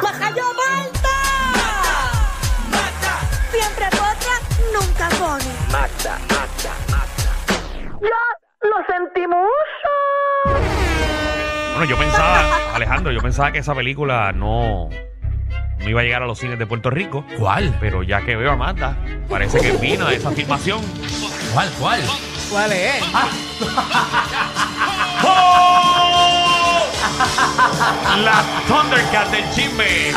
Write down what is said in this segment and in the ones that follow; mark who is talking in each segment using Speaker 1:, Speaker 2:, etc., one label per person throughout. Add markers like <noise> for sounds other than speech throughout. Speaker 1: ¡Majayo Malta! Siempre potra, nunca pone. ¡Ya lo sentimos!
Speaker 2: Bueno, yo pensaba, Alejandro, yo pensaba que esa película no, no iba a llegar a los cines de Puerto Rico,
Speaker 3: ¿Cuál?
Speaker 2: pero ya que veo a Amanda, parece que vino de esa filmación.
Speaker 3: ¿Cuál? ¿Cuál?
Speaker 2: ¡Oh! La Thundercat del chisme.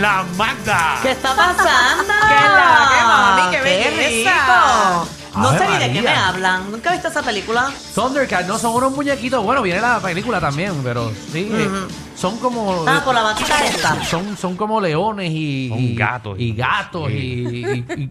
Speaker 2: La Magda.
Speaker 4: ¿Qué está pasando?
Speaker 5: <laughs> ¿Qué es la- qué, mami? ¡Qué
Speaker 4: ¡Qué
Speaker 5: belleza!
Speaker 4: rico! No
Speaker 3: Ave
Speaker 4: sé ni de
Speaker 3: María.
Speaker 4: qué me hablan. ¿Nunca he visto esa película?
Speaker 3: Thundercat, no, son unos muñequitos. Bueno, viene la película también, pero sí. eh, Son como.
Speaker 4: Ah, con la vaquita esta.
Speaker 3: Son, son como leones y.
Speaker 2: Son
Speaker 3: y-
Speaker 2: gatos.
Speaker 3: Y gatos
Speaker 2: Sí.
Speaker 3: y, y- y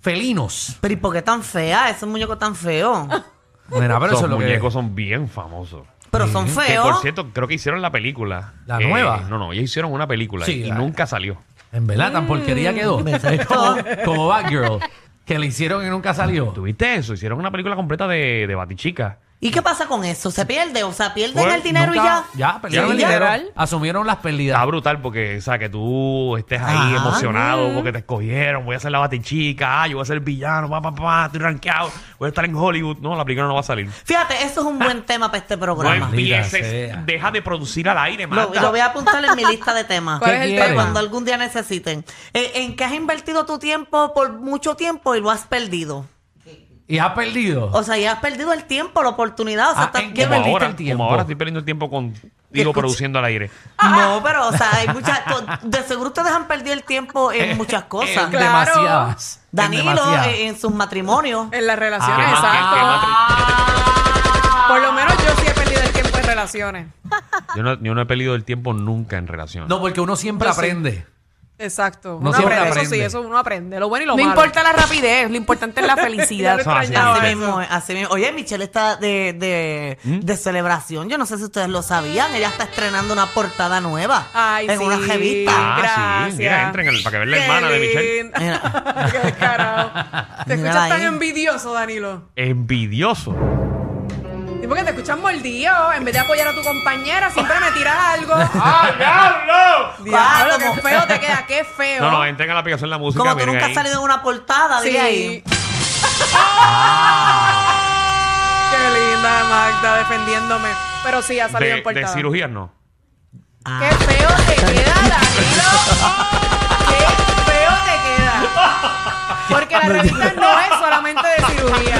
Speaker 3: felinos.
Speaker 4: Pero ¿y por qué tan fea? Esos muñecos tan feos.
Speaker 3: Mira, pero
Speaker 2: Los
Speaker 3: eso es lo que.
Speaker 2: muñecos son bien famosos.
Speaker 4: Pero son
Speaker 2: Que por
Speaker 4: feos.
Speaker 2: cierto, creo que hicieron la película. Eh,
Speaker 3: ¿La nueva?
Speaker 2: No, no, ellos hicieron una película
Speaker 3: Sí,
Speaker 2: y
Speaker 3: la-
Speaker 2: nunca salió.
Speaker 3: En verdad, tan porquería quedó. <laughs>
Speaker 4: Mm.
Speaker 3: Es
Speaker 4: <laughs>
Speaker 3: como, como Batgirl, que le hicieron y nunca salió.
Speaker 2: ¿Tuviste eso? Hicieron una película completa de, de Batichica.
Speaker 4: ¿Y qué pasa con eso? ¿Se pierde? O sea, pierden
Speaker 2: Pues,
Speaker 4: el dinero y
Speaker 3: Nunca-
Speaker 4: ya.
Speaker 3: Ya, perdieron
Speaker 2: Ya,
Speaker 3: el dinero.
Speaker 5: literal.
Speaker 3: Asumieron las pérdidas.
Speaker 2: Está Ah, brutal porque, o sea, que tú estés ahí
Speaker 4: Ajá.
Speaker 2: emocionado porque te escogieron, voy a ser la batichica, ah, yo voy a ser el villano, pa, pa, pa, estoy rankeado, voy a estar en Hollywood. No, la película no va a salir.
Speaker 4: Fíjate, eso es un
Speaker 5: Ah.
Speaker 4: buen tema para este
Speaker 2: No
Speaker 4: programa.
Speaker 2: empieces,
Speaker 3: sea.
Speaker 2: deja de producir al aire,
Speaker 4: Lo,
Speaker 2: Magda.
Speaker 4: lo voy a apuntar en mi lista de temas.
Speaker 5: ¿Cuál es el
Speaker 3: ¿Qué quieren?
Speaker 4: Para cuando algún día necesiten. Eh, ¿En qué has invertido tu tiempo por mucho tiempo y lo has perdido?
Speaker 3: Y has perdido.
Speaker 4: O sea, ya has perdido el tiempo, la oportunidad. O sea,
Speaker 3: Ah,
Speaker 4: estás-
Speaker 3: ¿en qué
Speaker 2: como,
Speaker 3: perdiste
Speaker 2: ahora,
Speaker 3: el tiempo?
Speaker 2: como ahora estoy perdiendo el tiempo contigo
Speaker 4: Escucha.
Speaker 2: produciendo al aire.
Speaker 5: Ah.
Speaker 4: No, pero, o sea, hay muchas. co- De seguro ustedes han perdido el tiempo
Speaker 5: <laughs>
Speaker 4: en muchas cosas.
Speaker 3: En
Speaker 5: Claro.
Speaker 3: demasiadas. En
Speaker 4: Danilo, eh,
Speaker 3: demasiadas.
Speaker 4: en, en sus matrimonios.
Speaker 5: En las relaciones,
Speaker 2: Ah,
Speaker 5: exacto.
Speaker 2: qué
Speaker 5: Por lo menos yo sí he perdido el tiempo en relaciones.
Speaker 2: Yo no, yo no he perdido el tiempo nunca en relación.
Speaker 3: No, porque uno siempre
Speaker 5: Yo sí.
Speaker 3: aprende.
Speaker 5: Exacto.
Speaker 3: No
Speaker 5: uno
Speaker 3: siempre
Speaker 5: aprende, Eso sí,
Speaker 3: aprende.
Speaker 5: eso uno aprende. Lo bueno y lo No malo. importa la rapidez, lo importante es la <laughs> Ya felicidad. lo
Speaker 2: Ah, sí, sí,
Speaker 5: extrañaba
Speaker 2: sí.
Speaker 4: Así
Speaker 5: eso. ¿Mm?
Speaker 4: mismo, es, así mismo. Oye, Michelle está de, de, de celebración. Yo no sé si ustedes lo sabían. Ella está estrenando una portada nueva
Speaker 5: Ay,
Speaker 4: en
Speaker 5: sí.
Speaker 4: una revista.
Speaker 2: ah,
Speaker 5: gracias.
Speaker 2: sí, mira, entren el- para que vean la hermana de Michelle.
Speaker 4: Mira.
Speaker 5: <laughs> Qué descarado. Te
Speaker 4: Mírala
Speaker 5: escuchas tan
Speaker 4: ahí.
Speaker 5: envidioso, Danilo.
Speaker 2: Envidioso.
Speaker 5: Y porque te escuchas mordido. En vez de apoyar a tu compañera, siempre me tiras algo.
Speaker 2: <laughs> ¡Ah, diablo!
Speaker 5: Diablo,
Speaker 4: como-
Speaker 5: qué feo te queda, qué feo.
Speaker 2: No, eh. no, entren a la aplicación de la música.
Speaker 4: Como tú
Speaker 2: miren
Speaker 4: nunca
Speaker 2: ahí.
Speaker 4: has salido en una portada,
Speaker 5: Sí. Ah.
Speaker 4: dile
Speaker 2: <laughs>
Speaker 4: ahí.
Speaker 2: Ah.
Speaker 5: Qué linda Magda defendiéndome. Pero sí, ha salido en
Speaker 2: de, de
Speaker 5: portada.
Speaker 2: cirugías no.
Speaker 5: Qué feo te queda, Danilo. Qué feo te queda. Porque la revista no es solamente de cirugía.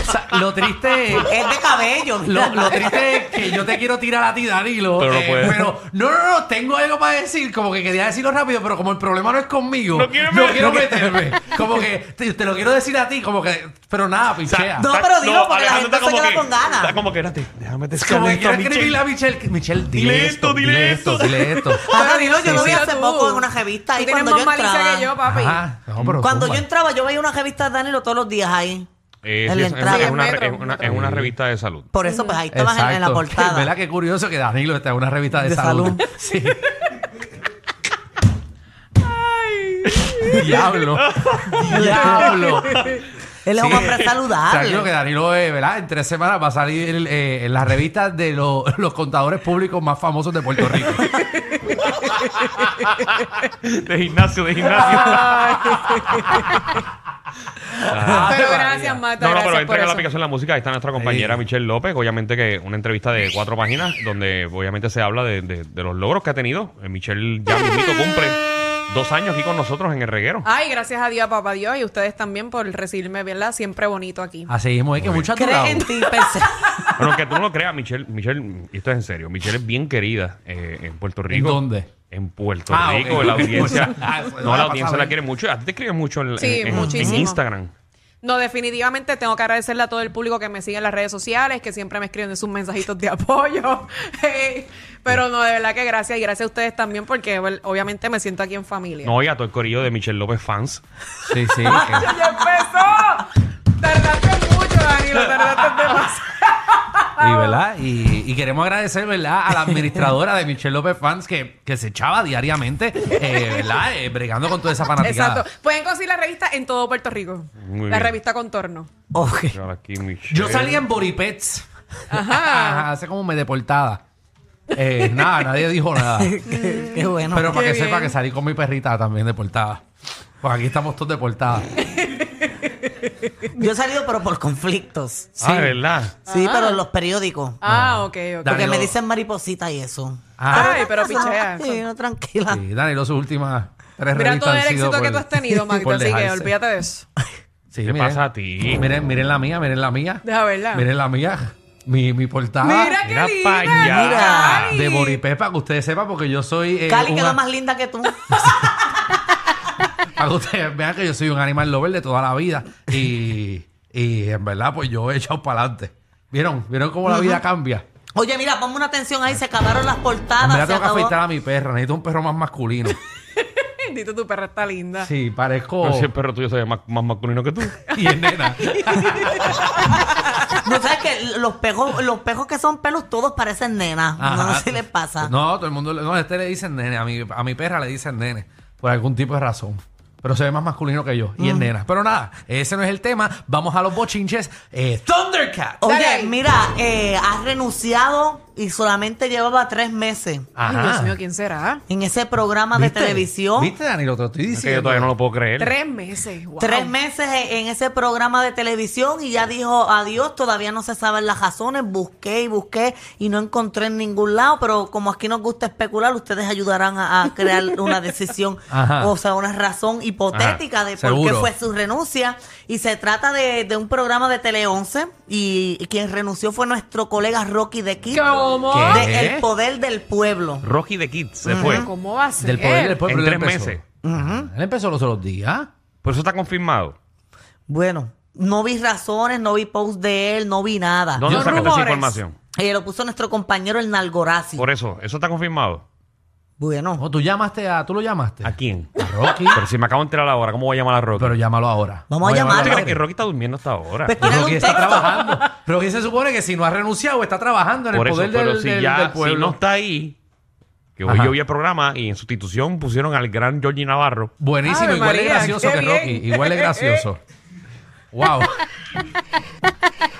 Speaker 3: O sea, lo triste es.
Speaker 4: Es de cabello. mira. Ah,
Speaker 3: Lo, lo triste es que yo te quiero tirar a ti, Danilo.
Speaker 2: Pero no puedes.
Speaker 3: pero- no, no, no, tengo algo para decir. Como que quería decirlo rápido, pero como el problema no es conmigo,
Speaker 2: No
Speaker 3: no
Speaker 2: quiero
Speaker 3: quiero,
Speaker 2: meter-
Speaker 3: meterme. Como que te, te lo quiero decir a ti, como que. Pero nada, pichea.
Speaker 4: no, pero dilo, porque la
Speaker 2: Alejandro
Speaker 4: gente
Speaker 2: está
Speaker 4: se
Speaker 2: como
Speaker 4: queda
Speaker 2: que-
Speaker 4: con ganas.
Speaker 2: Está como que, espérate, déjame te
Speaker 3: como
Speaker 2: esto a
Speaker 3: que
Speaker 2: Eh,
Speaker 3: quiero escribirle
Speaker 2: Michelle.
Speaker 3: a Michelle. que- Michelle, dile,
Speaker 2: Dile esto,
Speaker 3: esto,
Speaker 2: dile
Speaker 3: dile
Speaker 2: esto.
Speaker 3: esto, dile esto.
Speaker 4: Ah, Danilo, yo lo vi
Speaker 5: Sí, sí.
Speaker 4: hace
Speaker 5: Tú-
Speaker 4: poco en una revista.
Speaker 5: Tú
Speaker 4: Ahí
Speaker 5: tienes
Speaker 4: cuando yo
Speaker 5: más malicia
Speaker 4: entraba.
Speaker 5: que yo, papi.
Speaker 3: Ajá, no, pero
Speaker 4: Cuando
Speaker 3: zumba.
Speaker 4: yo entraba, yo veía una revista de Danilo todos los días ahí.
Speaker 2: Eh,
Speaker 4: En
Speaker 2: sí,
Speaker 4: la
Speaker 2: es, es
Speaker 4: entrada.
Speaker 2: una,
Speaker 5: Metro,
Speaker 2: es una-
Speaker 5: metro.
Speaker 2: es una revista de salud.
Speaker 4: Por eso, pues ahí estabas en, en la
Speaker 3: Exacto.
Speaker 4: portada.
Speaker 3: ¿Verdad que curioso que Danilo está en una revista de,
Speaker 4: De
Speaker 3: salud?
Speaker 4: <laughs> salud.
Speaker 3: Sí. Diablo. Diablo.
Speaker 4: Él es un
Speaker 3: Sí. <laughs>
Speaker 4: hombre saludable.
Speaker 3: Tranquilo que Danilo, eh, ¿verdad? En tres semanas va a salir eh, en las revistas de lo- los contadores públicos más famosos de Puerto Rico.
Speaker 2: <laughs> De gimnasio, de
Speaker 5: <laughs>
Speaker 2: gimnasio.
Speaker 5: Pero gracias, Mata.
Speaker 2: No, no, pero
Speaker 5: gracias por
Speaker 2: entren a la
Speaker 5: eso.
Speaker 2: aplicación de la música. Ahí está nuestra compañera Michelle López. Obviamente que una entrevista de cuatro páginas donde obviamente se habla de, de- de los logros que ha tenido. Eh, Michelle ya mismito cumple dos años aquí con nosotros en el reguero.
Speaker 5: Ay, gracias a Dios, a papá Dios, y ustedes también por recibirme, ¿verdad? Siempre bonito aquí.
Speaker 2: Ah.
Speaker 3: Así mismo es que mucho ha durado.
Speaker 4: Cree en ti, perse-
Speaker 2: Bueno, que tú no lo creas, Michelle, Michelle, y esto es en serio, Michelle es bien querida eh, en Puerto Rico.
Speaker 3: ¿En dónde?
Speaker 2: En Puerto
Speaker 3: Ah,
Speaker 2: Rico,
Speaker 3: <laughs> ok.
Speaker 2: la audiencia.
Speaker 3: Ah, eso
Speaker 2: no, la
Speaker 3: va a
Speaker 2: audiencia
Speaker 3: pasar.
Speaker 2: la quiere mucho. A ti te escriben mucho en,
Speaker 5: Sí,
Speaker 2: en- en
Speaker 5: muchísimo.
Speaker 2: Instagram.
Speaker 5: No, definitivamente tengo que agradecerle a todo el público que me sigue en las redes sociales, que siempre me escriben sus mensajitos de apoyo. <laughs> Eh, Pero no, de verdad que gracias y gracias a ustedes también porque bueno, obviamente me siento aquí en familia.
Speaker 2: No, y a todo el corillo de Michelle López fans.
Speaker 3: Sí,
Speaker 4: <laughs>
Speaker 3: sí. eh,
Speaker 5: ¡Ya, ya empezó! Tardaste mucho, Danilo, tardaste demasiado.
Speaker 3: Y, ¿verdad? Y, y queremos agradecer, ¿verdad? A la administradora de Michelle López Fans que, que se echaba diariamente, eh, ¿verdad? Eh, bregando con toda esa fanaticada.
Speaker 5: Exacto. Pueden conseguir la revista en todo Puerto Rico.
Speaker 2: Muy
Speaker 5: la
Speaker 2: bien.
Speaker 5: revista Contorno.
Speaker 4: Ok.
Speaker 2: Ahora aquí, Michelle.
Speaker 3: Yo salí en Boripets.
Speaker 5: Ajá.
Speaker 3: Ajá, hace como me deportada. Eh, nada, nadie dijo
Speaker 5: <laughs>
Speaker 3: nada.
Speaker 4: qué, qué bueno.
Speaker 3: Pero para
Speaker 5: Qué
Speaker 3: que
Speaker 5: bien.
Speaker 3: sepa que salí con mi perrita también deportada. Pues aquí estamos todos deportadas.
Speaker 4: Yo he salido, pero por conflictos.
Speaker 2: Ah, ¿verdad?
Speaker 4: Sí, pero en los periódicos.
Speaker 5: Ah, ok, ok.
Speaker 3: Dale. oh.
Speaker 4: Porque me
Speaker 3: Danilo.
Speaker 4: dicen mariposita y eso.
Speaker 3: Ah,
Speaker 5: Ay, pero pichea.
Speaker 4: Sí, no, tranquila.
Speaker 3: sí, Danilo, sus últimas tres
Speaker 5: Mira
Speaker 3: revistas
Speaker 5: todo el
Speaker 3: han sido
Speaker 5: éxito que
Speaker 3: por-
Speaker 5: tú has
Speaker 3: <laughs>
Speaker 5: tenido, Magda,
Speaker 3: por
Speaker 5: así que
Speaker 3: dejarse.
Speaker 5: olvídate de eso.
Speaker 3: Sí,
Speaker 2: ¿Qué
Speaker 3: miren,
Speaker 2: pasa a ti?
Speaker 3: Miren, miren la mía, miren la mía.
Speaker 5: Deja verla.
Speaker 3: Miren ah, la mía. Mi, mi portada.
Speaker 5: Mira qué
Speaker 2: Mira
Speaker 5: linda.
Speaker 2: pa' allá.
Speaker 4: Mira.
Speaker 5: Cali.
Speaker 3: de Boripés para que ustedes sepan, porque yo soy. eh,
Speaker 4: Cali
Speaker 3: un
Speaker 4: quedó
Speaker 3: a-
Speaker 4: más linda que tú.
Speaker 3: Para que ustedes vean que yo soy un animal lover de toda la vida. Y, y en verdad, pues yo he echado para adelante. ¿Vieron? ¿Vieron cómo la vida cambia?
Speaker 4: Oye, mira, ponme una atención ahí. Se acabaron las
Speaker 3: En
Speaker 4: portadas.
Speaker 3: verdad,
Speaker 4: Ah, Se
Speaker 3: tengo que
Speaker 4: acabó.
Speaker 3: afeitar a mi perra. Necesito un perro más masculino.
Speaker 5: Bendito, tu perra está linda.
Speaker 3: Sí, parezco.
Speaker 2: Pero
Speaker 3: <laughs>
Speaker 2: si el perro tuyo se ve más, más masculino que tú.
Speaker 3: Y es nena.
Speaker 4: No sabes que los pejos, los pejos que son pelos todos parecen nenas. No
Speaker 3: Ajá. Pues
Speaker 4: sé si les pasa.
Speaker 3: No, todo el mundo. le- No, a este le dicen nene. A mi, a mi perra le dicen nene. Por algún tipo de razón. Pero se ve más masculino que yo. Y
Speaker 4: Mm.
Speaker 3: es nena. Pero nada, ese no es el tema. Vamos a los bochinches. Eh, Thundercat.
Speaker 4: Oye,
Speaker 5: Dale ahí.
Speaker 4: mira, eh, has renunciado y solamente llevaba tres meses
Speaker 5: Ay, Dios mío, ¿quién será?
Speaker 4: en ese programa de televisión.
Speaker 3: ¿Viste, Danilo? Te lo estoy
Speaker 2: Es que yo
Speaker 3: diciendo.
Speaker 2: todavía no lo puedo creer.
Speaker 5: Tres meses. wow.
Speaker 4: Tres meses en en ese programa de televisión y ya dijo adiós, todavía no se saben las razones, busqué y busqué y no encontré en ningún lado, pero como aquí nos gusta especular, ustedes ayudarán a, a crear
Speaker 3: <laughs>
Speaker 4: una decisión,
Speaker 3: Ajá.
Speaker 4: o sea, una razón hipotética
Speaker 3: Ajá,
Speaker 4: de por qué
Speaker 3: seguro.
Speaker 4: fue su renuncia. Y se trata de, de un programa de Tele 11 y, y quien renunció fue nuestro colega Rocky de aquí,
Speaker 5: ¿Cómo?
Speaker 3: ¿Qué?
Speaker 4: de El Poder del Pueblo.
Speaker 2: Rocky the Kid se fue.
Speaker 5: ¿Cómo va a ser?
Speaker 3: Del poder del pueblo.
Speaker 2: En
Speaker 3: él
Speaker 2: tres
Speaker 3: empezó.
Speaker 2: meses.
Speaker 3: Ajá. Él empezó los otros días.
Speaker 2: Por eso está confirmado.
Speaker 4: Bueno, no vi razones, no vi post de él, no vi nada.
Speaker 2: ¿Dónde
Speaker 5: Ah. Los
Speaker 2: sacaste esa
Speaker 5: rumores.
Speaker 2: información?
Speaker 4: Eh, lo puso nuestro compañero el Nalgorazi.
Speaker 2: Por eso, eso está confirmado.
Speaker 4: Bueno,
Speaker 3: No, tú llamaste a. ¿Tú lo llamaste?
Speaker 2: ¿A quién?
Speaker 3: A Rocky.
Speaker 2: Pero si me acabo de enterar ahora, ¿cómo voy a llamar a Rocky?
Speaker 3: Pero llámalo ahora.
Speaker 4: Vamos a
Speaker 2: ¿Tú
Speaker 4: llamarlo.
Speaker 2: te crees que Rocky está durmiendo hasta ahora?
Speaker 4: Pues,
Speaker 3: Rocky.
Speaker 4: Ponle
Speaker 3: Rocky
Speaker 4: un
Speaker 3: está
Speaker 4: texto.
Speaker 3: trabajando. Rocky se supone que si no ha renunciado, está trabajando en
Speaker 2: Por
Speaker 3: el
Speaker 2: eso,
Speaker 3: poder
Speaker 2: pero
Speaker 3: del,
Speaker 2: si
Speaker 3: del-
Speaker 2: ya
Speaker 3: del
Speaker 2: si
Speaker 3: pueblo.
Speaker 2: no está ahí, que hoy
Speaker 3: Ajá.
Speaker 2: yo vi el programa y en sustitución pusieron al gran Georgie Navarro.
Speaker 3: Buenísimo,
Speaker 5: Ave
Speaker 3: igual es
Speaker 5: María,
Speaker 3: gracioso
Speaker 5: qué
Speaker 3: que
Speaker 5: bien.
Speaker 3: Rocky. Igual es
Speaker 4: <laughs>
Speaker 3: gracioso. wow.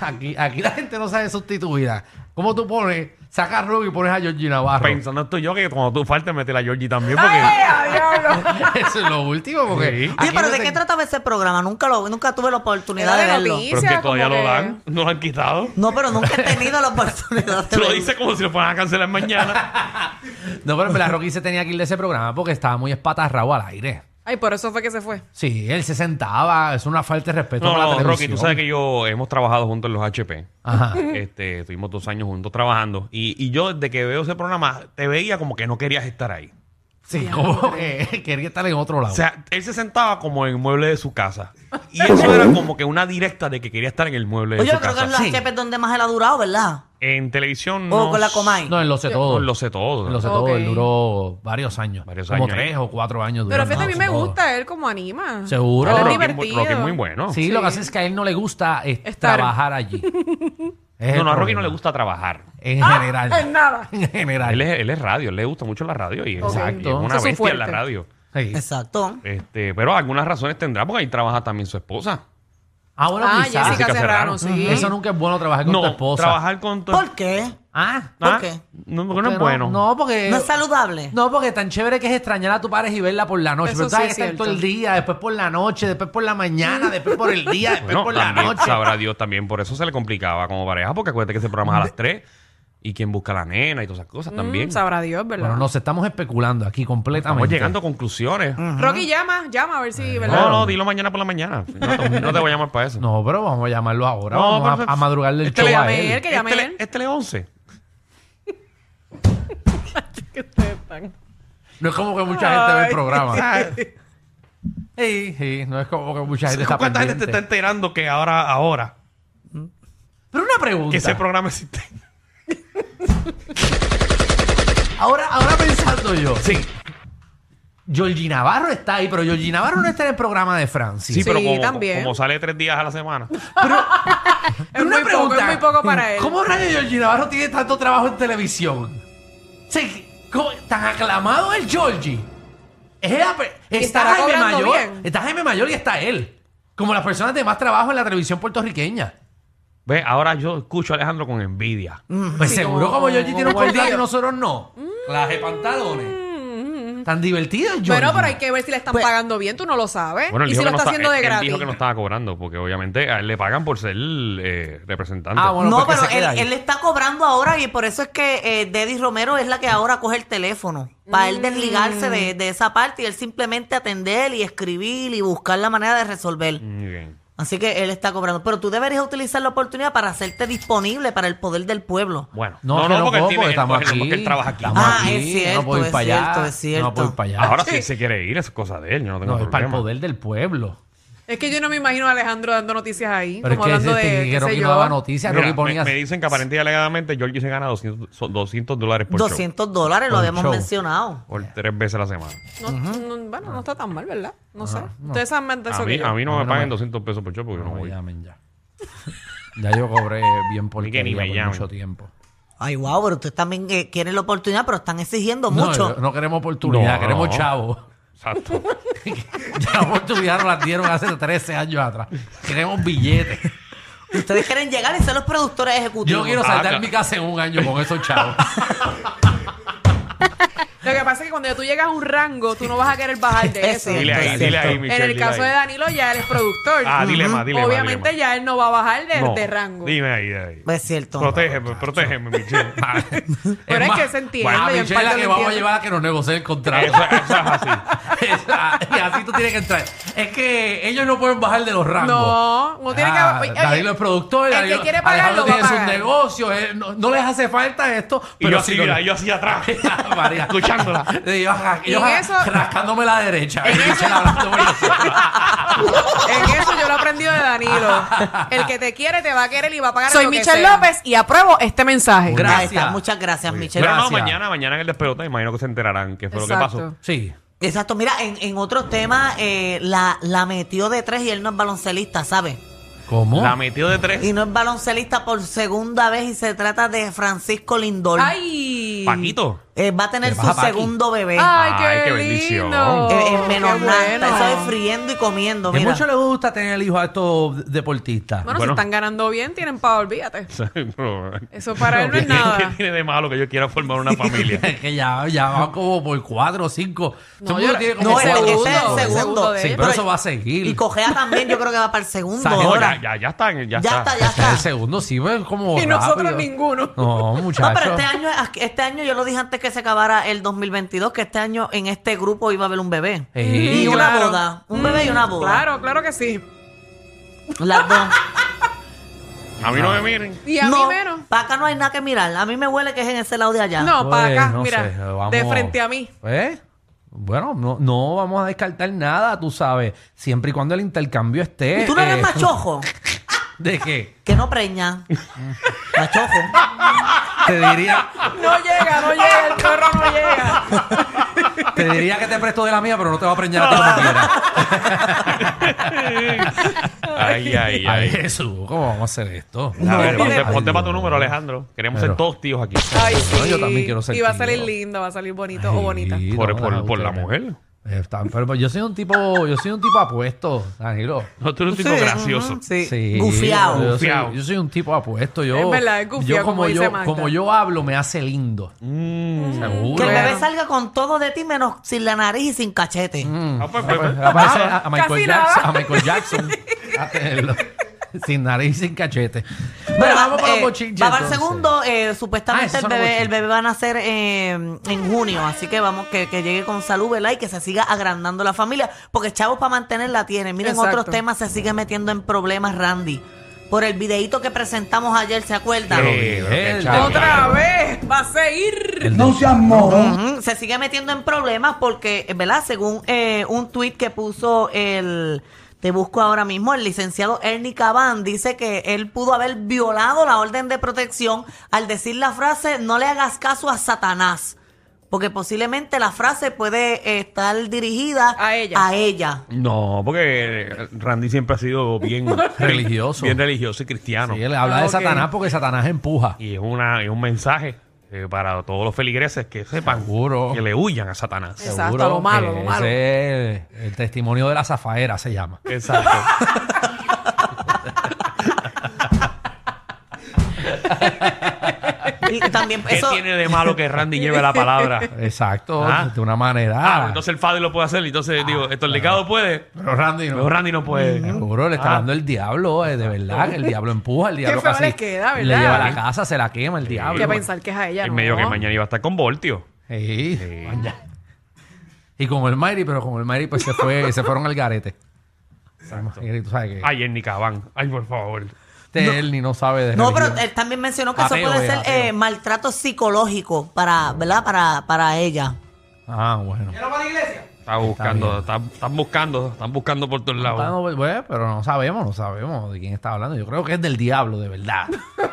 Speaker 3: Aquí, aquí la gente no sabe sustituida. ¿Cómo tú pones, sacas a Rocky y pones a Georgie Navarro?
Speaker 2: Pensando esto yo que cuando tú faltes meter a Georgie también
Speaker 5: ¡Ay,
Speaker 2: porque
Speaker 5: a diablo!
Speaker 3: <laughs> <laughs> Eso es lo último, porque.
Speaker 2: Sí.
Speaker 4: Sí,
Speaker 3: aquí
Speaker 4: pero
Speaker 3: no
Speaker 4: ¿de
Speaker 3: te-
Speaker 4: qué trataba ese programa? Nunca lo, nunca tuve la oportunidad
Speaker 5: Era
Speaker 4: de
Speaker 5: de
Speaker 4: verlo.
Speaker 5: noticias.
Speaker 2: pero es que
Speaker 5: como
Speaker 2: todavía
Speaker 5: que-
Speaker 2: lo dan, no lo han quitado.
Speaker 4: No, pero nunca he tenido la <laughs> oportunidad de
Speaker 3: Este
Speaker 2: Tú lo
Speaker 4: verlo.
Speaker 2: dices como si lo fueran a cancelar mañana.
Speaker 3: No, pero en verdad, Rocky se tenía que ir de ese programa porque estaba muy espatarrado al aire.
Speaker 5: Ay, por eso fue que se fue.
Speaker 3: Sí, él se sentaba, es una falta <laughs> de respeto
Speaker 2: No,
Speaker 3: para la
Speaker 2: no, Rocky,
Speaker 3: televisión.
Speaker 2: tú sabes que yo hemos trabajado juntos en los HP.
Speaker 3: Ajá.
Speaker 2: Este, estuvimos dos años juntos trabajando. Y, y yo, desde que veo ese programa, te veía como que no querías estar ahí.
Speaker 3: Sí, como que <laughs> quería estar en otro lado.
Speaker 2: O sea, él se sentaba como en el mueble de su casa. Y eso era como que una directa de que quería estar en el mueble de
Speaker 4: Oye,
Speaker 2: su
Speaker 4: yo creo que
Speaker 2: casa.
Speaker 4: es la HP donde más él ha durado, ¿verdad?
Speaker 2: En televisión
Speaker 4: O
Speaker 2: no
Speaker 4: con la Comay.
Speaker 3: no, en lo sé todo.
Speaker 2: No, lo sé todo.
Speaker 3: En lo sé
Speaker 5: Ok.
Speaker 3: todo, él duró varios años.
Speaker 2: Varios
Speaker 3: como
Speaker 2: años,
Speaker 3: tres
Speaker 2: ¿eh?
Speaker 3: o cuatro años. duró
Speaker 5: Pero fíjate, a mí
Speaker 3: en
Speaker 5: me
Speaker 3: todo.
Speaker 5: gusta él como anima.
Speaker 3: Seguro.
Speaker 5: Él
Speaker 2: Rocky
Speaker 5: es
Speaker 2: es muy-
Speaker 5: divertido.
Speaker 2: Rocky es muy bueno.
Speaker 3: Sí, lo que hace es que a él no le gusta es
Speaker 5: Estar.
Speaker 3: trabajar
Speaker 5: <laughs>
Speaker 3: allí. Es
Speaker 2: No,
Speaker 3: el
Speaker 2: no, a Rocky
Speaker 3: problema.
Speaker 2: no le gusta trabajar.
Speaker 3: En general.
Speaker 5: Ah, en nada.
Speaker 3: <laughs> En general.
Speaker 2: Él es, él es radio, le gusta mucho la radio y es-
Speaker 5: Ok.
Speaker 2: y es
Speaker 5: Ese
Speaker 2: una
Speaker 5: es su
Speaker 2: bestia en la
Speaker 5: fuerte.
Speaker 2: radio.
Speaker 3: Sí.
Speaker 4: Exacto.
Speaker 2: Este, pero algunas razones tendrá porque ahí trabaja también su esposa.
Speaker 3: Ah, bueno,
Speaker 5: ah,
Speaker 3: quizás.
Speaker 5: Jessica
Speaker 2: Jessica
Speaker 5: Serrano,
Speaker 2: Serrano.
Speaker 5: sí. Mm,
Speaker 3: Eso nunca es bueno trabajar con
Speaker 2: no,
Speaker 3: tu esposa.
Speaker 2: trabajar con tu
Speaker 4: ¿Por qué?
Speaker 3: Ah,
Speaker 4: ¿por
Speaker 2: Ah,
Speaker 4: qué?
Speaker 2: No, porque
Speaker 3: porque
Speaker 2: no es bueno.
Speaker 3: No, porque.
Speaker 4: ¿No es saludable?
Speaker 3: Eh, No, porque tan chévere que es extrañar a tu pareja y verla por la noche.
Speaker 5: Eso
Speaker 3: pero tú sabes
Speaker 5: sí es
Speaker 3: que estar todo el
Speaker 5: cierto.
Speaker 3: día, después por la noche, después por la mañana, después por el día, después
Speaker 2: Bueno,
Speaker 3: por la
Speaker 2: también,
Speaker 3: noche.
Speaker 2: sabrá Dios también, por eso se le complicaba como pareja, porque acuérdate que ese programa es a las 3 y quien busca a la nena y todas esas cosas también.
Speaker 5: Mm, sabrá Dios, ¿verdad?
Speaker 3: Bueno, nos estamos especulando aquí completamente.
Speaker 2: Estamos llegando a conclusiones.
Speaker 5: Rocky llama, llama a ver si, ¿verdad?
Speaker 2: Eh, No, no, dilo mañana por la mañana. No, te- no te voy a llamar para eso.
Speaker 3: No, pero vamos a llamarlo ahora.
Speaker 2: No,
Speaker 3: vamos
Speaker 2: pero-
Speaker 3: a, a madrugarle el
Speaker 2: Este
Speaker 3: show
Speaker 2: le
Speaker 3: a
Speaker 5: llamé
Speaker 3: él.
Speaker 5: ayer. que llame
Speaker 2: este,
Speaker 5: él.
Speaker 2: le, este le 11.
Speaker 5: Que ustedes están-
Speaker 3: <laughs> No es como que mucha gente ve el programa. Sí, sí, no es como que mucha gente está
Speaker 2: ¿Cuánta gente
Speaker 3: pendiente.
Speaker 2: te está enterando que ahora, ahora,
Speaker 3: Pero una pregunta.
Speaker 2: que ese programa existe?
Speaker 3: Ahora, ahora pensando yo. Sí. Georgie Navarro está ahí, pero Georgie Navarro no está en el programa de Francis.
Speaker 2: Sí, pero
Speaker 5: Sí,
Speaker 2: como,
Speaker 5: también.
Speaker 2: como sale tres días a la semana.
Speaker 5: Es muy poco, es muy poco para él.
Speaker 3: ¿Cómo Radio Georgie Navarro tiene tanto trabajo en televisión? Sí, ¿cómo- tan aclamado el Georgie. Es el ape- está
Speaker 5: estará
Speaker 3: Jaime
Speaker 5: cobrando
Speaker 3: Mayor.
Speaker 5: bien.
Speaker 3: Está Jaime Mayor y está él. Como las personas de más trabajo en la televisión puertorriqueña.
Speaker 2: Ve, ahora yo escucho a Alejandro con envidia.
Speaker 3: Pues
Speaker 5: Mm, Sí,
Speaker 3: seguro
Speaker 5: como-
Speaker 3: como Georgie tiene un
Speaker 5: como el
Speaker 3: contrato y
Speaker 5: tío.
Speaker 3: nosotros no. Las de pantalones. Tan divertido el Georgie.
Speaker 5: Mm. Bueno, pero hay que ver si le están
Speaker 4: Pues-
Speaker 5: pagando bien, tú no lo sabes.
Speaker 2: Bueno, él
Speaker 5: ¿Eh? y
Speaker 2: dijo
Speaker 5: si lo
Speaker 2: que no
Speaker 5: está haciendo
Speaker 2: él-
Speaker 5: de
Speaker 2: él
Speaker 5: gratis.
Speaker 2: dijo que no estaba cobrando, porque obviamente a él le pagan por ser eh, representante.
Speaker 3: Ah, bueno.
Speaker 4: No,
Speaker 3: pues que
Speaker 4: pero
Speaker 3: se quede
Speaker 4: él,
Speaker 3: ahí.
Speaker 4: él está cobrando ahora y por eso es que eh, Deddy Romero es la que ahora coge el teléfono. Para él desligarse de, de esa parte y él simplemente atender y escribir y buscar la manera de resolver.
Speaker 2: Mm, Muy bien.
Speaker 4: Así que él está cobrando. Pero tú deberías utilizar la oportunidad para hacerte disponible para el poder del pueblo.
Speaker 2: Bueno,
Speaker 3: No, no,
Speaker 2: porque
Speaker 3: no,
Speaker 2: él
Speaker 3: puedo,
Speaker 2: tiene-
Speaker 3: porque estamos
Speaker 2: porque-
Speaker 3: aquí.
Speaker 2: porque él trabaja aquí. Ah,
Speaker 3: Estamos
Speaker 4: Ah,
Speaker 3: aquí,
Speaker 4: es cierto,
Speaker 3: no puedo ir
Speaker 4: es
Speaker 3: para allá,
Speaker 4: cierto, es
Speaker 3: No puedo ir
Speaker 4: cierto.
Speaker 3: para allá.
Speaker 2: Ahora si él se quiere ir, es cosa de él, yo no tengo
Speaker 3: no, es para el
Speaker 2: problema.
Speaker 3: poder del pueblo.
Speaker 5: Es que yo no me imagino a Alejandro dando noticias ahí.
Speaker 3: Pero
Speaker 5: como
Speaker 3: es que
Speaker 5: hablando
Speaker 3: este,
Speaker 5: de.
Speaker 3: que
Speaker 5: qué
Speaker 3: Rocky
Speaker 5: sé
Speaker 3: no
Speaker 5: yo.
Speaker 3: daba noticias,
Speaker 2: Mira,
Speaker 3: Rocky ponía...
Speaker 2: me, me dicen que aparentemente y alegadamente Georgie se gana 200, so- 200 dólares por
Speaker 4: 200 dólares lo
Speaker 3: Por
Speaker 4: habíamos
Speaker 3: show.
Speaker 4: mencionado.
Speaker 2: show. Por tres veces a la semana.
Speaker 5: No- no- bueno, no está tan mal, ¿verdad? No sé. Ustedes saben más de eso
Speaker 2: Ah, A
Speaker 5: que
Speaker 2: mí,
Speaker 5: yo.
Speaker 2: a mí no
Speaker 3: A mí
Speaker 2: me
Speaker 3: Ah, no
Speaker 2: pagan
Speaker 3: me-
Speaker 2: 200 pesos por show porque yo no
Speaker 3: No me
Speaker 2: voy.
Speaker 3: llamen ya. Ya yo cobré bien por
Speaker 2: Ni que ni me
Speaker 3: por
Speaker 2: llamen.
Speaker 3: mucho tiempo.
Speaker 4: Ay, wow, pero ustedes también eh, quieren la oportunidad, pero están exigiendo mucho.
Speaker 3: No, no queremos oportunidad,
Speaker 2: No.
Speaker 3: queremos chavo. <laughs>
Speaker 2: Exacto.
Speaker 3: ya la oportunidad nos la dieron hace 13 años atrás. Queremos billetes.
Speaker 4: Ustedes quieren llegar y ser los productores ejecutivos.
Speaker 3: Yo quiero
Speaker 2: Ah,
Speaker 3: saltar
Speaker 2: claro.
Speaker 3: mi casa en un año con esos chavos.
Speaker 5: Lo que pasa es que cuando tú llegas a un rango, tú no vas a querer
Speaker 2: <laughs>
Speaker 5: bajar de
Speaker 4: Es
Speaker 5: eso.
Speaker 2: dile ahí,
Speaker 4: Exacto.
Speaker 2: dile ahí, Michelle.
Speaker 5: en el
Speaker 2: dile
Speaker 5: caso
Speaker 2: ahí.
Speaker 5: de Danilo, ya él es productor.
Speaker 2: Ah, dile más, dile más,
Speaker 5: Obviamente
Speaker 2: dile
Speaker 5: ya él no va a bajar de,
Speaker 2: No,
Speaker 5: de rango.
Speaker 2: Dime ahí, dile ahí.
Speaker 3: Pues,
Speaker 4: Es cierto.
Speaker 2: Protégeme, pues,
Speaker 3: <laughs>
Speaker 2: protégeme, Michelle.
Speaker 5: <laughs> Pero es
Speaker 3: más,
Speaker 5: que se entiende.
Speaker 3: A
Speaker 5: yo en
Speaker 3: Michelle la
Speaker 5: parte
Speaker 3: que
Speaker 5: lo
Speaker 3: vamos a
Speaker 5: entiendo.
Speaker 3: llevar a que nos negocie el contrato.
Speaker 2: Eso, eso es así.
Speaker 3: <laughs> Esa- y así tú tienes que entrar. Es que ellos no pueden bajar de los rangos.
Speaker 5: No, uno Pues tiene que-
Speaker 3: Ah,
Speaker 5: oye,
Speaker 3: Danilo es productor,
Speaker 5: el que
Speaker 3: Danilo-
Speaker 5: quiere pagar
Speaker 3: Alejandro
Speaker 5: lo va a
Speaker 3: tiene sus
Speaker 5: pagar.
Speaker 3: negocios, eh, no, no les hace falta esto.
Speaker 2: Y
Speaker 3: pero
Speaker 2: yo
Speaker 3: sí
Speaker 2: así,
Speaker 3: con-
Speaker 2: mira, yo así atrás.
Speaker 3: <laughs> María.
Speaker 2: <laughs> Escuchándola.
Speaker 3: <laughs> Y yo, ja-
Speaker 5: Y
Speaker 3: yo
Speaker 5: en
Speaker 3: ja-
Speaker 5: eso-
Speaker 3: rascándome la derecha.
Speaker 5: En
Speaker 3: Y
Speaker 5: eso-
Speaker 3: Michelle hablando
Speaker 5: <laughs>
Speaker 3: por encima.
Speaker 5: En eso yo lo aprendí
Speaker 3: <laughs>
Speaker 5: de Danilo. El que te quiere te va a querer y va a pagar
Speaker 6: Soy
Speaker 5: lo que
Speaker 6: Michelle
Speaker 5: sea.
Speaker 6: López y apruebo este mensaje.
Speaker 3: Gra-
Speaker 4: Ahí está.
Speaker 3: Gracias.
Speaker 4: Muchas gracias, Michelle.
Speaker 2: Pero no,
Speaker 3: Gracias.
Speaker 2: mañana, mañana en el despelote, imagino que se enterarán qué fue
Speaker 5: Exacto.
Speaker 2: lo que pasó.
Speaker 3: Sí.
Speaker 4: Exacto, mira, en, en otros temas eh, la, la metió de tres y él no es baloncelista, ¿sabes?
Speaker 3: ¿Cómo?
Speaker 2: La metió de tres.
Speaker 4: Y no es baloncelista por segunda vez y se trata de Francisco Lindor.
Speaker 5: Ay. <laughs>
Speaker 2: Paquito.
Speaker 4: Eh, va a tener
Speaker 3: ¿Qué
Speaker 4: su
Speaker 3: pasa, Paqui?
Speaker 4: segundo bebé.
Speaker 5: Ay, qué,
Speaker 2: Ay, qué bendición.
Speaker 5: bendición.
Speaker 4: Eh, en menos nada.
Speaker 5: Oh, Bueno.
Speaker 4: Eso es friendo y comiendo,
Speaker 3: Que
Speaker 4: mira.
Speaker 3: mucho le gusta tener el hijo a estos deportistas.
Speaker 5: Bueno,
Speaker 2: Bueno.
Speaker 5: si están ganando bien, tienen para olvídate.
Speaker 2: <laughs> Pero-
Speaker 5: Eso para él no es
Speaker 2: ¿Qué
Speaker 5: nada.
Speaker 2: tiene de malo que yo quiera formar
Speaker 5: <laughs>
Speaker 2: una familia?
Speaker 3: <laughs> Es que ya, ya van como por cuatro o cinco.
Speaker 5: No,
Speaker 3: Todo el
Speaker 5: yo-
Speaker 3: mundo tiene como
Speaker 4: no,
Speaker 3: cuatro
Speaker 4: este-
Speaker 3: o
Speaker 4: este es el
Speaker 3: cinco.
Speaker 4: segundo.
Speaker 5: de
Speaker 3: Sí,
Speaker 5: él.
Speaker 3: pero
Speaker 4: Pero-
Speaker 3: eso va a seguir.
Speaker 4: Y Cojea también, yo creo que va para el segundo
Speaker 3: Salió,
Speaker 2: No,
Speaker 4: ahora.
Speaker 2: ya, ya, ya están. Ya,
Speaker 4: Ya
Speaker 2: está.
Speaker 4: está,
Speaker 3: Este
Speaker 4: ya
Speaker 3: es
Speaker 4: está.
Speaker 3: el segundo, sí, pero es como
Speaker 5: Y nosotros
Speaker 3: rápido.
Speaker 5: ninguno. <laughs>
Speaker 3: No,
Speaker 4: No,
Speaker 3: muchachos.
Speaker 4: pero este año, este año yo lo dije antes que se acabara el 2022, que este año en este grupo iba a haber un bebé.
Speaker 3: Sí,
Speaker 4: y una
Speaker 5: claro.
Speaker 4: boda. Un bebé y una boda.
Speaker 5: Claro, claro que sí.
Speaker 4: Las dos.
Speaker 2: A mí no me miren.
Speaker 5: <laughs> Y a mí
Speaker 4: no,
Speaker 5: menos.
Speaker 4: Para acá no hay nada que mirar. A mí me huele que es en ese lado de allá.
Speaker 5: No, Ah, para
Speaker 3: Pues,
Speaker 5: acá,
Speaker 3: no
Speaker 5: mira.
Speaker 3: sé, vamos-
Speaker 5: De frente a mí.
Speaker 3: ¿Eh? Bueno, no, no vamos a descartar nada, tú sabes. Siempre y cuando el intercambio esté.
Speaker 4: ¿Tú no eres
Speaker 3: eh,
Speaker 4: machojo?
Speaker 3: <laughs> ¿De qué?
Speaker 4: Que no preña. machojo.
Speaker 3: Te diría,
Speaker 5: No llega, no llega, el perro no llega.
Speaker 3: te diría que te presto de la mía, pero no te va a preñar a ti como
Speaker 2: <laughs>
Speaker 3: quieras.
Speaker 2: Ay, ay,
Speaker 3: Ay,
Speaker 2: ay.
Speaker 3: Jesús, ¿cómo vamos a hacer esto?
Speaker 2: A ver,
Speaker 3: Ay,
Speaker 2: ponte, ponte
Speaker 3: Dios.
Speaker 2: para tu número, Alejandro. Queremos
Speaker 3: Pero-
Speaker 2: ser todos tíos aquí.
Speaker 5: Ay,
Speaker 3: No,
Speaker 5: sí.
Speaker 3: yo también quiero ser
Speaker 5: Y va a
Speaker 3: tío.
Speaker 5: salir lindo, va a salir bonito o bonita.
Speaker 3: Sí,
Speaker 2: Por-
Speaker 3: no,
Speaker 2: por-
Speaker 3: deja
Speaker 2: por la
Speaker 3: usted,
Speaker 2: mujer.
Speaker 3: eh, está- pero yo soy un tipo, yo soy un tipo apuesto, Danilo.
Speaker 2: No, tú eres un tipo
Speaker 4: Sí,
Speaker 2: gracioso.
Speaker 4: ujú, Sí.
Speaker 3: Sí.
Speaker 4: Gufiado.
Speaker 3: Yo,
Speaker 2: Gufiado.
Speaker 3: Soy, yo soy un tipo apuesto. Yo,
Speaker 5: Es verdad, es gufiado,
Speaker 3: yo
Speaker 5: como
Speaker 3: como,
Speaker 5: dice
Speaker 3: yo,
Speaker 5: Magda.
Speaker 3: como yo hablo, me hace lindo.
Speaker 2: Mm.
Speaker 4: Que
Speaker 3: Seguro.
Speaker 4: el bebé
Speaker 5: Bueno.
Speaker 4: salga con todo de ti, menos sin la nariz y sin cachete.
Speaker 2: Ah, pues, pues,
Speaker 3: Ah, pues,
Speaker 2: pues.
Speaker 3: ah, parece a, a
Speaker 5: Casi
Speaker 3: Michael
Speaker 5: nada.
Speaker 3: Jackson. A Michael
Speaker 5: <laughs>
Speaker 3: Jackson. A tenerlo. sin nariz, sin cachete. Pero
Speaker 4: Bueno,
Speaker 3: vamos para
Speaker 4: eh,
Speaker 3: los bochinches.
Speaker 4: Va para el
Speaker 3: entonces.
Speaker 4: segundo, eh, supuestamente
Speaker 3: Ah, esos son
Speaker 4: el
Speaker 3: los
Speaker 4: bebé, el
Speaker 3: bochinches.
Speaker 4: bebé va a nacer eh, en junio, así que vamos, que, que llegue con salud, ¿verdad? Y que se siga agrandando la familia, porque chavos para mantenerla tiene. Miren,
Speaker 5: Exacto.
Speaker 4: otros temas se sigue metiendo en problemas Randy. por el videíto que presentamos ayer, ¿se acuerdan?
Speaker 2: Eh, qué
Speaker 3: el-
Speaker 2: chaval.
Speaker 5: Otra vez, va a seguir.
Speaker 7: No seas mojón.
Speaker 4: Ujú, Se sigue metiendo en problemas porque, eh, ¿verdad? Según eh, un tuit que puso el, te busco ahora mismo, el licenciado Ernie Cabán dice que él pudo haber violado la orden de protección al decir la frase, no le hagas caso a Satanás. Porque posiblemente la frase puede eh, estar dirigida
Speaker 5: A ella.
Speaker 4: A ella.
Speaker 2: No, porque Randy siempre ha sido bien
Speaker 3: <laughs> Religioso.
Speaker 2: Bien religioso y cristiano.
Speaker 3: Sí, él habla de
Speaker 5: Ok.
Speaker 3: Satanás porque Satanás empuja.
Speaker 2: Y es, una, es un mensaje eh, para todos los feligreses que sepan
Speaker 3: Seguro.
Speaker 2: que le huyan a Satanás.
Speaker 5: Exacto, a lo malo, a lo
Speaker 3: que
Speaker 5: malo.
Speaker 3: Ese es el, el testimonio de la zafaera, se llama. <laughs>
Speaker 2: Exacto.
Speaker 4: Y también
Speaker 2: ¿Qué
Speaker 4: eso...
Speaker 2: tiene de malo que Randy lleve la
Speaker 3: <laughs>
Speaker 2: palabra?
Speaker 3: Exacto,
Speaker 2: Ah.
Speaker 3: de una manera.
Speaker 2: Ah, entonces el padre lo puede hacer. Entonces digo, esto el legado puede,
Speaker 3: Ah, Pero Randy no. Mm.
Speaker 2: pero Randy no puede.
Speaker 3: Seguro le
Speaker 4: Ah.
Speaker 3: está dando el diablo, eh, de verdad, que el diablo
Speaker 4: <laughs>
Speaker 3: empuja, el diablo
Speaker 5: feo
Speaker 3: casi
Speaker 5: le queda, ¿verdad?
Speaker 3: le lleva a la casa, se la quema el diablo.
Speaker 5: que pensar que es a ella.
Speaker 2: En
Speaker 5: no.
Speaker 2: medio que mañana iba a estar con Voltio.
Speaker 3: Sí, vaya. Y como el Mayri, pero como el Mayri pues se
Speaker 4: <laughs>
Speaker 3: fue, se fueron al garete. Mayri, tú sabes que
Speaker 2: Ay, Ernie Cabán. Ay, por favor.
Speaker 3: este él ni no sabe de
Speaker 4: No, pero
Speaker 3: religión.
Speaker 4: él también mencionó que eso
Speaker 3: Ateo
Speaker 4: puede
Speaker 3: es,
Speaker 4: ser
Speaker 3: ateo.
Speaker 4: eh, maltrato psicológico para, ¿verdad? Para, para ella.
Speaker 3: Ah, bueno.
Speaker 2: Está buscando, está- están buscando, están buscando por todos lados.
Speaker 3: Ah, no, pues, pero no sabemos, no sabemos de quién está hablando. Yo creo que es del diablo, de
Speaker 4: <laughs>
Speaker 3: verdad.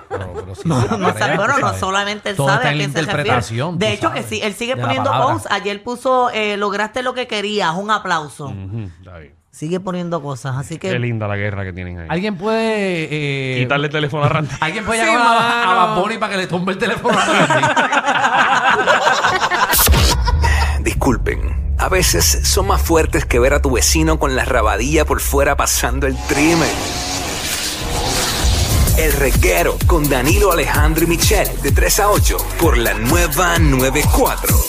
Speaker 3: Pero, pero sí, la
Speaker 4: No
Speaker 3: pareja,
Speaker 4: sabe,
Speaker 3: tú
Speaker 4: bueno, no
Speaker 3: sabes.
Speaker 4: solamente él
Speaker 3: Todo
Speaker 4: sabe
Speaker 3: está
Speaker 4: a
Speaker 3: en la
Speaker 4: quién se refiere.
Speaker 3: interpretación.
Speaker 4: De
Speaker 3: tú
Speaker 4: hecho
Speaker 3: sabes,
Speaker 4: que sí, él sigue
Speaker 3: de la
Speaker 4: poniendo
Speaker 3: palabra.
Speaker 4: posts. Ayer puso, eh, lograste lo que querías, un aplauso.
Speaker 3: Mm.
Speaker 2: Ujú, está bien.
Speaker 4: Sigue poniendo cosas, así
Speaker 2: Qué
Speaker 4: que...
Speaker 2: linda la guerra que tienen ahí.
Speaker 3: Alguien puede. eh,
Speaker 2: Quitarle el teléfono a Randy.
Speaker 3: Alguien puede
Speaker 5: Sí,
Speaker 3: llamar a- a,
Speaker 5: mano.
Speaker 3: Bad Bunny para que le tumbe el teléfono a
Speaker 4: <laughs>
Speaker 3: Randy.
Speaker 8: Disculpen, a veces son más fuertes que ver a tu vecino con la rabadilla por fuera pasando el trimen. El reguero con Danilo Alejandro y Michel de 3 a 8 por la nueva 94.